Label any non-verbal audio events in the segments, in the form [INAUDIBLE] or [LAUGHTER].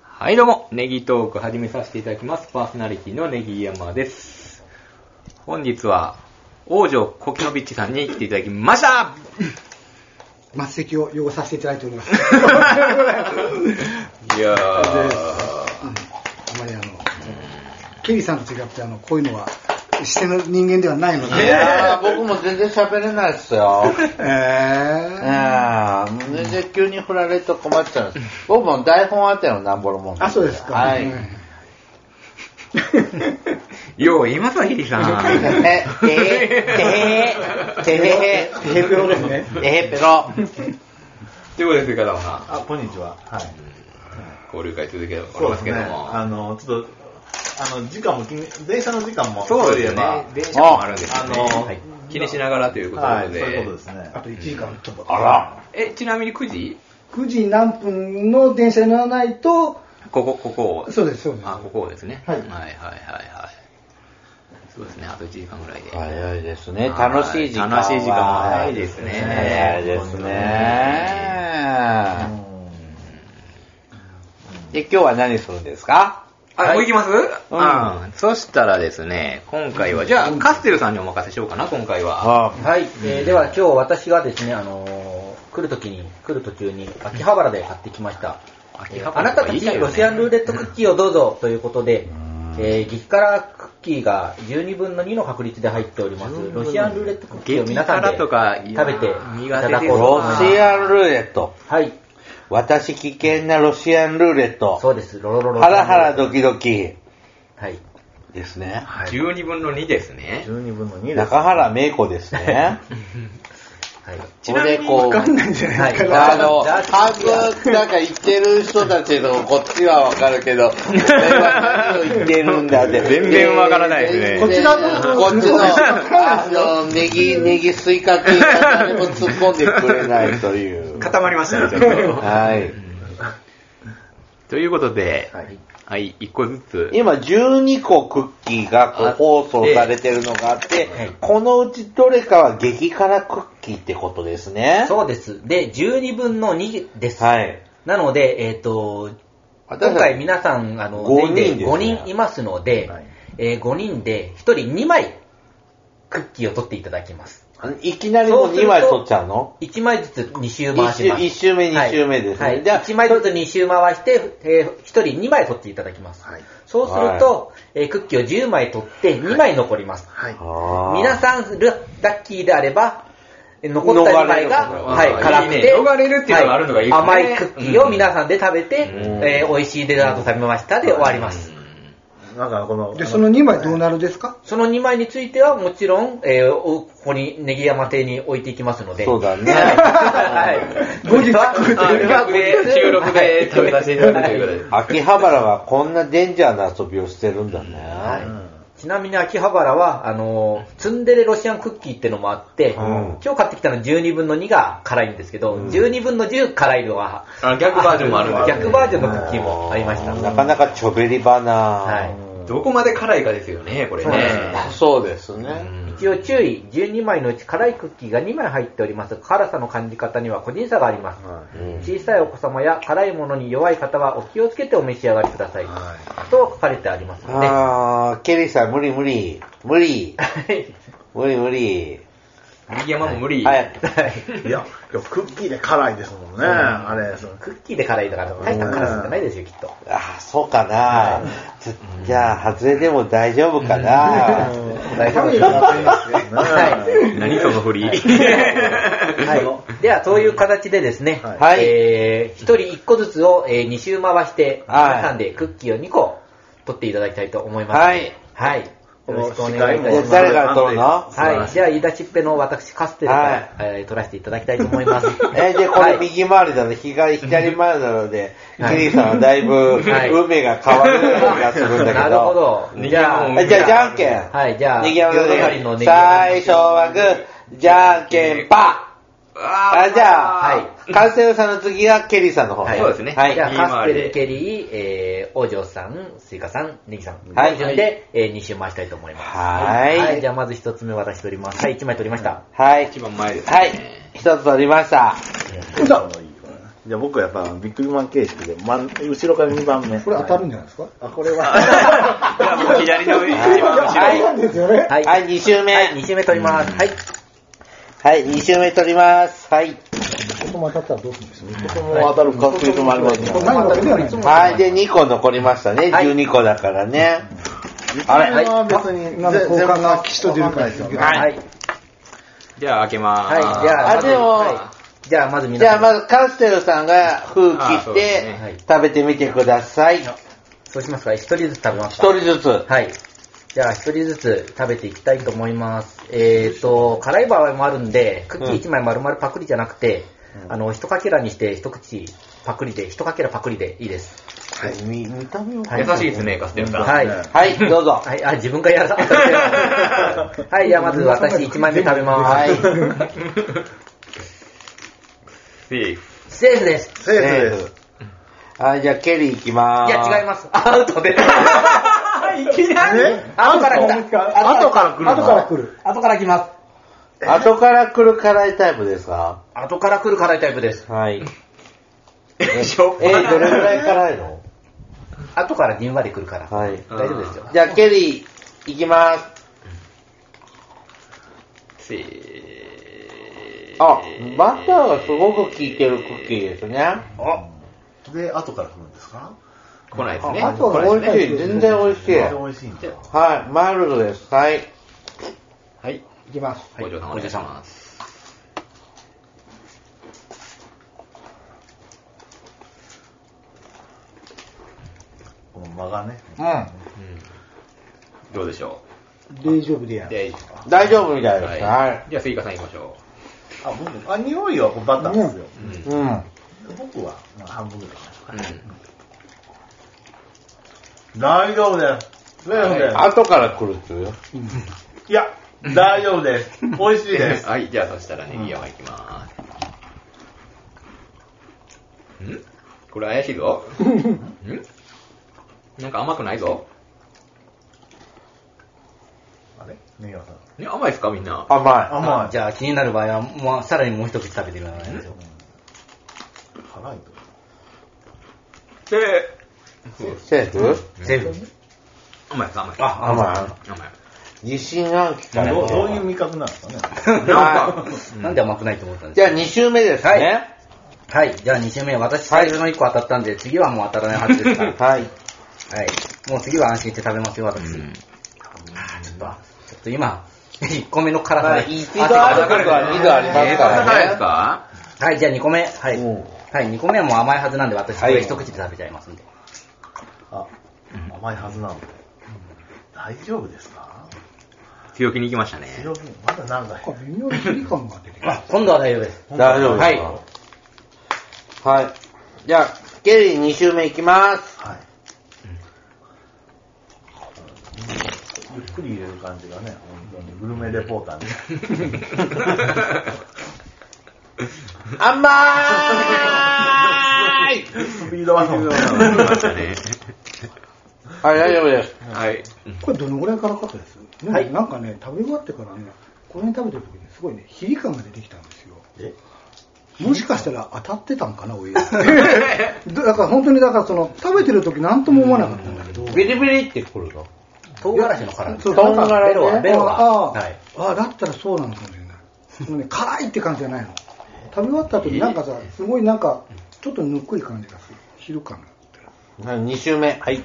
はいどうも、ネギトーク始めさせていただきます。パーソナリティのネギ山です。本日は、王女コキノビッチさんに来ていただきま [LAUGHS] した末席を汚させていただいております。いやうんあまりあの、ケリーさんと違って、あの、こういうのは、しての人間ではないのいで。やー、僕も全然喋れないっすよ。ええー、ー、もう全然急に振られると困っちゃうんです。僕も台本あったよ、なんぼのもん。あ、そうですか。はい。うんー。 [LAUGHS] よう、今さ、ヒリさてん。へ、てへ、てへ、てへ、ヘヘペロですね。てへペロ。ということです、片岡あ、こんにちは。はい。交流会続けておりますけどあも。の、ちょっと、あの、時間も気に、電車の時間も、そうですいえよねば。電車もあるんですよあのね。はい気にしながらということなはい、のそういうこでとで。すねあ。と1時間ちょっと。あら。え、ちなみに9時9時何分の電車に乗らないと、ここ、ここを。そうです、そうです。あ、ここをですね。ははいいはいはいはい。そうですね、あと1時間ぐらいで。早いですね。はい楽しい時間は。楽しい時間は早いですね早いですうね。んで、今日は何するんですかあ、もう行きますうんうん。そしたらですね、今回は、じゃあ、カステルさんにお任せしようかな、今回は。はい、えーでは今日私がですね、あのー来るときに、来る途中に秋葉原で買ってきました。秋え葉ーあ原なとたかたいいよねちロシアンルーレットクッキーをどうぞということで、えー激辛クッキーが12分の2の確率で入っております。ロシアンルーレットクッキーを皆さんで激辛とか食べていただこうとロ思いまシす。アンルーレット。はい、私危険なロシアンルーレット。そうです。ロロロロ。ハラハラドキドキはい。ですね。 12分の2ですね。 12分の2です。中原芽子ですね。 [LAUGHS] はい。ちなみにこれでこうわかんないんじゃないはい。あの、じゃあ半分、なんか言ってる人たちのこっちはわかる [LAUGHS] けど、これは何を言ってるんだって。全然わからないですねこちらの、こっちの、わあの、ネギ、ネギスイカ系が誰も突っ込んでくれないと [LAUGHS] いう。固まりましたね、ちょっと。はい。 [LAUGHS] ということで、はいはい、1個ずつ。今12個クッキーがこう放送されてるのがあってはい、このうちどれかは激辛クッキーってことですね。そうです。で、12分の2です。はい。なので、えっ、と、私は今回皆さん、あの、 5人全員ですね5人いますので、はいえー5人で1人2枚クッキーを取っていただきます。いきなりもう2枚取っちゃうの1枚ずつ2周回一しま周す。一周目、二周目ですね。はい。じゃあ1枚ずつ2周回して、え1人2枚取っていただきます。そうすると、えークッキーを10枚取って2枚残ります。はい。あー皆さん、ルラッキーであれば、えー残った2枚が、逃れるのがはいいいね、辛くて、逃れるっていうのがあるのがいいですねは甘いクッキーを皆さんで食べて、うんえー美味しいデザート食べましたで終わります。なんかこの、で、その2枚どうなるですかその2枚についてはもちろん、えーおここにネギ山邸に置いていきますので。そうだ [LAUGHS] ね。 [LAUGHS] はい。後日は、あ逆で収録で食べさせていただくということで。秋葉原はこんなデンジャーな遊びをしてるんだね。はいうんちなみに秋葉原は、あのー、ツンデレロシアンクッキーってのもあって、ん今日買ってきたの12分の2が辛いんですけど、12分の10辛いのは、あ逆バージョンもあるんだ [LAUGHS] 逆バージョンのクッキーもありました。なかなかちょべりばな、はい。どこまで辛いかですよね、これね。 [LAUGHS] そうですうね。ん一応注意、12枚のうち辛いクッキーが2枚入っております。辛さの感じ方には個人差があります。はいうん小さいお子様や辛いものに弱い方はお気をつけてお召し上がりください。と書かれてありますので。はあー、ケリーさん無理無理。無理。い。無理無理。右山も無理。はい。いや、でもクッキーで辛いですもんね。あれ、そのクッキーで辛いとか、大した辛さじゃないですよ、きっと。あー、そうかな、ずじゃあ、外れでも大丈夫かな、大丈夫です。 [LAUGHS] はい。何その振り。はい。では、そういう形でですね、はいえー、一人一個ずつを、えー、2周回して、はい皆さんでクッキーを2個取っていただきたいと思います。はい。はい。こよのろしくお願いいたでします。誰が取るのはい。じゃあ、言い出しっぺの私、カステルから、えー取らせていただきたいと思います。 [LAUGHS] えーで、これはい右回りなの、左左回りなので、はケいリーさんはだいぶい運命が変わるような気がするんだけど。 [LAUGHS] なるほ。ど。じゃあ、えじゃあ、じゃんけん。はい、じゃあ、ネギ山両隣ののネギ最初はグー、じゃんけんパー。あ、じゃあ、はいカンセルさんの次はケリーさんの方。はいそうですねはいじ。ゃ右あ、カス回りテでル、ケリー、えー、王女さん、スイカさん、ネギさん。ははいい。順で、えー、2周回したいと思います。はいじゃあ、まず一つ目私取ります。はい、一枚取りました。はい一。番前ですね。はい。一つ取りました。うだじゃあ僕はやっぱビックリマン形式で、真ん後ろから2番目。これ当たるんじゃないですかあ、これは。もう左の一番後ろ当たるんですよね。はい。はい、2周目。はい、2周目取ります。はい。はい、2周目取ります。はい。ここも当たったらどうするんですかここも当たる確率もありますね。ないわけではないんですよはい、で、2個残りましたね。はい12個だからね。あれあれは別に、今の交換が吉と出るからですよね。はいはい。じゃあ開けまはい。ーす。じゃあ、あでもはいじゃあ、まず皆じゃさあまん。ずカステルさんが封あ切そっうですねはてい食べてみてください。そうしますか。一人ずつ食べます一か。人ずつ。はい。じゃあ、一人ずつ食べていきたいと思います。えーと、辛い場合もあるんで、クッキー1枚丸々パクリじゃなくて、あの、一かけらにして、一口パクリで、一かけらパクリでいいです。はい、見見た目を。は優しいですね、カステルさん。はい。そうですはい、どうぞ。 [LAUGHS] はい、あ、自分がやらさはい、じゃあまず私1枚目食べまはーいす。。セーフ。セーフです。セーフです。はい、じゃあケリー行きまーいす。や、違いまます。 [LAUGHS] アウトです。いきなり後から来た。後から来るの後から来る。後から来ます。す。後から来る辛いタイプですか後から来る辛いタイプです。はい。え、しょっぱえいー、どれくらい辛いの後からじんわり来るから。はい。大丈夫ですよ。じゃあケリー行きまーす。せーあ、バターがすごく効いてるクッキーですね。で、後から来るんですか来ないですね。ああとは来美な味いですねしい、全然美味しい。全然美味しいんだ。はい、マイルドです。はい。はい。いきます。お嬢さん、お願いします。この間がね。うん。どうでしょ大丈夫でやうる。大丈夫ですか大丈夫みたいです。は。はいじゃあ、スイカさん行きましょあ、僕、あ、匂いはこうバターですよ。う。い。うん。僕は、まあ、半分ぐらいかな。うん。うん大丈夫です。大丈夫です。後から来るっていう。いや、大丈夫です。美味しい [LAUGHS] です。はい、じゃあそしたらネギ山行きまーす。んこれ怪しいぞ。んなんか甘くないぞ。あれネギワさん。ね、甘いですかみんな。甘甘い。じゃあ気になる場合は、もうさらにもう一口食べてくださいね。辛いと。で、い。セーフセーフ。甘いです、甘いです。あ甘甘い。い。疑心暗鬼からどね。うどういう味覚なんですかね。 [LAUGHS] はうんなんで甘くないと思ったんい。ですじゃあ2周目ですね。かはい、じゃあ2周目、私最初の1個当たったんで、次はもう当たらないはずですから。は [LAUGHS] はい。い。もう次は安心して食べますよ、私。あーちょっと、ちょっと今、1個目の辛まさあ、で。一度あることは二度ありますえー、かそんな辛いですらね。かはい、じゃあ2個目。はい。うんはい、2個目はもう甘いはずなんで、私これ一口で食べちゃいますんで。あ、甘いはずなので。大丈夫ですか強気に行きま [LAUGHS] したね。 [LAUGHS] 強気まだなんかなんか微妙に切り感が出てきます。今度は大丈夫です。大丈夫はでいすかはい。じゃあ、ケリー2周目いきます。はい。ゆっくり入れる感じがね、本当にグルメレポーターみたい甘ーいな。スピードはそう。行きましたね。はい、大丈夫です。はい。これどのぐらい辛かったですはい。なんかね、食べ終わってからね、これ食べてる時にすごいね、比喩感が出てきたんですよ。えもしかしたら当たってたんかな、 [LAUGHS] お湯。だから本当に、だからその、食べてる時何とも思わなかったんだけど。ビリビリってくるの唐辛子の辛そうさ。なんか唐辛子ベロは、ベロは。あー、はい。あーだったらそうなのかもしれない。もうね、辛いって感じじゃないの。食べ終わった後になんかさ、すごいなんか、ちょっとぬっくい感じがする。昼感が。 2周目。 [LAUGHS] はい。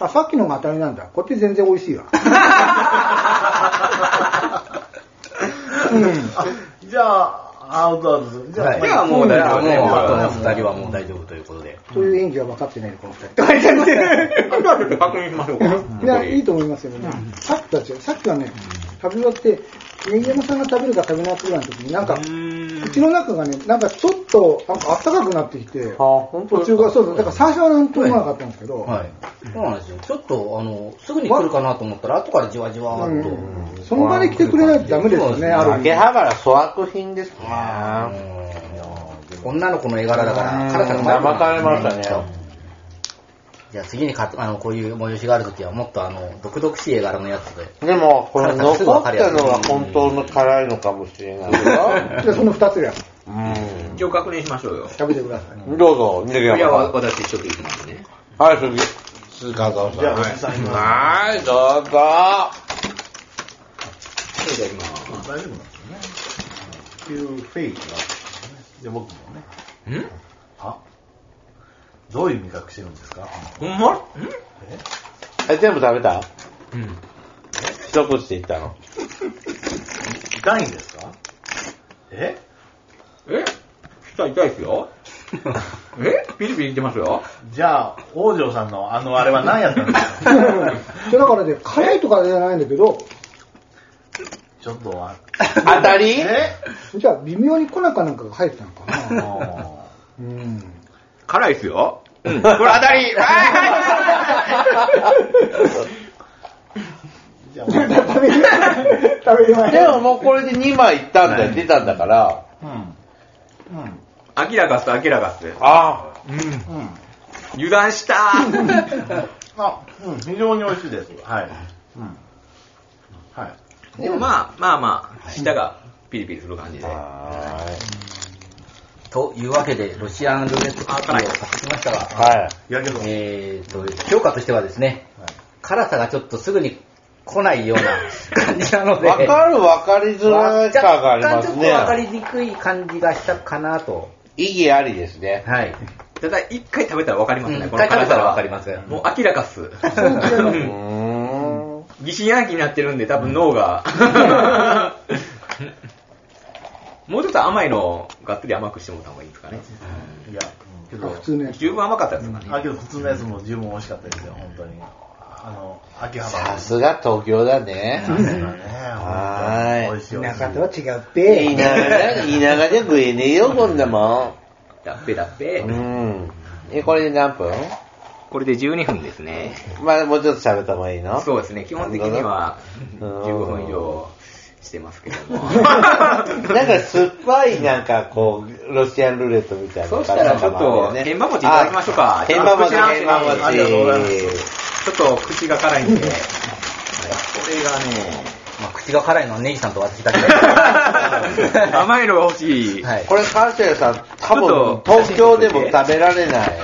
あ、さっきのが当たりなんだ。こっち全然美味しいわ。あじゃあ、アウトアウト。じゃはあ、いまじゃあもう大丈夫じねゃあもう、あともうの二人はもう大丈夫ということで。そういう演技は分かってないの、この二人。書いてある確認しましょうか。 [LAUGHS] いや、いいと思いますよね。さっきとは違う。さっきはね、食べ終わって、ネギ山さんが食べるか食べないかぐらいの時に、なんか、口の中がね、なんかちょっと、なんか暖かくなってきて、ほ途中が、そうそう、だから最初はなんともなかったんですけど、はい。そうなんですよ。ちょっと、あの、すぐに来るかなと思ったら、後からじわじわーっと。うんその場で来てくれないとダメですよね、ある意秋味。葉原粗悪品ですね。うん女の子の絵柄だから、辛さが騙されましたね。じゃあ次にかあの、こういう催しがあるときは、もっとあの、毒々しい絵柄のやつで。でも、この辛さがすぐ残分っかりやたすいのが本当の辛いのかもしれないよ。 [LAUGHS] じゃあその二つや。う一応確認しましょうよ。食べてくだ [LAUGHS] さい。ん。どうぞ、ネギいや、山わさん。私一生懸命なんでね。はい、次。鈴川さん。じゃあ、おじさん今。はい、どうぞ。いただきま大丈夫なんですよね。っていうフェイクがあったんですね。で、僕もね。す。んあどういう味覚してるんですかほんまんええ、全部食べたうん。一口でいった [LAUGHS] の。痛いんですかええ舌痛いですよ。えピリピリいってますよ。じゃあ、王女さんのあのあれは何やったんですかそれだからね、辛いとかじゃないんだけど、ちょっとは。当たりえじゃあ微妙に粉かなんかが入ってたのかな。もうん。辛いですよ。うん。これ当たりうじゃあ、 [LAUGHS] 食べれない。食べれない。でももうこれで2枚いったんだよ、出たんだから。うん。うん。明らかっす、明らかっす。ああ。うん。うん。油断したーあ、うん、非常に美味しいです。はい。うん。はい。でもまあまあまあ、舌がピリピリする感じで。はというわけで、ロシアンルーレットカードを買ってきましたが、い。はい。やけど、えーと、評価としてはですね、辛さがちょっとすぐに来ないよ [LAUGHS] うな感じなので、わかる分かりづらさがありま若干ちょすっと分かりね。にくい感じがしたかなと。意義ありですね。はい。ただ一回食べたらわかりますね。うんこの一回辛食べたさらはわかりますよもう明らかっす。うーうんん。疑心暗鬼になってるんで多分脳が。もうちょっと甘いのをがっつり甘くしてもらった方がいいですかね。いや、けあど普、通ね。十分甘かったですかね。あ、けど普通のやつも十分美味しかったですよ、本当に。あの、秋葉原さ。すが東京だ [LAUGHS] ね。さすがね。はーい美味しい美味しい。中とは違っ田舎じて。ゃ、田舎じゃ食えねえよ、こんなもだっぺだっん。ぺう。ん。え、これで何分これで12分ですね。まあ、もうちょっと喋った方がいいのそうですね、基本的にはなるほど15分以上してますけども。なんか酸っぱい、なんかこう、ロシアンルーレットみたいなそう感じしたらちょっもあと、るよね天馬餅いただきましょうか。あ天馬餅、ちょっと口天馬直し餅。にありがとうございますちょっと口が辛いんで。はいこれがまあ、口が辛いのはネギさんと私だけ [LAUGHS] で。ね、甘いのが欲しい。はい。これ、カルテルさん、多ちょっ分、と東京でも食べられないはい、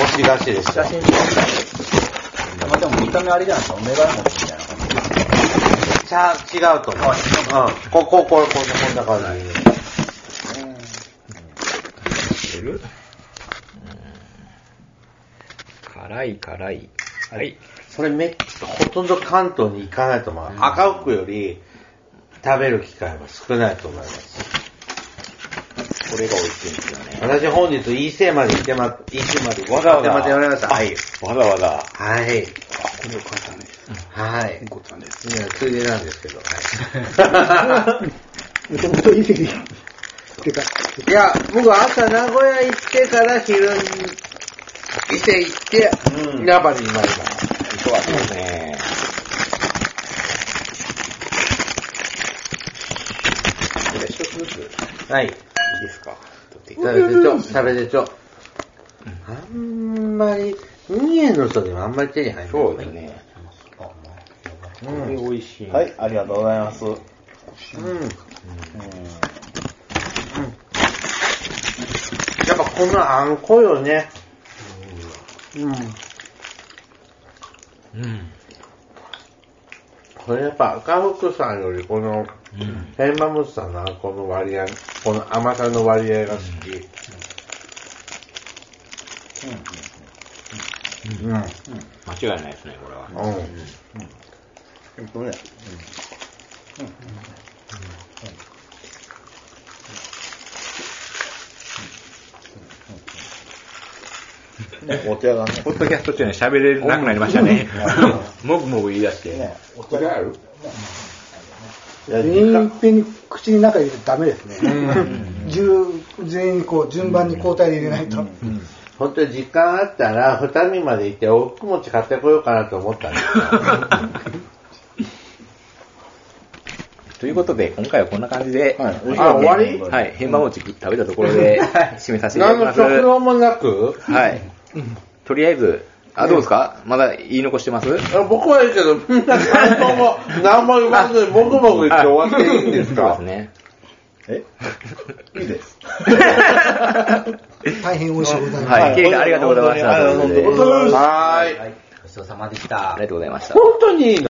餅菓子ですよ写。真撮ったまあでも見た目あれじゃないですか、おめがら餅みたいな感じ。ちゃ違うと思う。うん。ここ、これ、こんな、こんな感じ。うん辛い辛い。はい。それめっほとんど関東に行かないと思う。赤福より食べる機会は少ないと思います。これが美味しいんですよね。私本日、伊勢まで行ってま、伊勢までわざわざ。待って待ってやられましたはい。わざわざ。はこれい。を買ったね。はい。こったんです。いや、ついでなんですけど。もともといい席だ。てか、いや、僕朝名古屋行ってから昼に、伊勢行って、うん名張に参ります。そうですね。これ一つずついいはい。ですか。取ってい食べてちょ、食べてちょ。あんまり、三重の人でもあんまり手に入らない。そうです。ね。うこれん。美味しい。はい、ありがとうございます。うんうん。やっぱこのあんこよね。うん。うん。これやっぱ赤福さんよりこの、天馬むさんのあんこの割合、この甘さの割合が好き。うん。うん。間違いないですね、これは。ごめん。ね、お茶がね。ポッドキャスト中に喋れなくなりましたね。 [LAUGHS] もぐもぐ言い出して。ね、お茶がある全員いっぺんに口に中に入れてダメですね。十全員にこう、順番に交代で入れないと。本当に時間あったら、二人まで行って、おふくもち買ってこようかなと思ったんですということで、今回はこんな感じで、はいはいあ終わりはい、変馬餅食べたところで、締めさせよ。ていた何だのき食ま堂もなく、す。はい。とりあえず、あ、どうですかまだ言い残してますあ僕はいいけど、 [LAUGHS] みんな感想も何も言わずに、もぐもぐ言って終わっていいんでそすうでかすね。えいいです。大変美味しゅうございます。 [LAUGHS] はい、ケイさんありがとうございました。はいということで本当にありがとうございまはーい。ごちそうさまでしたあり。がとうございました。本当にいいの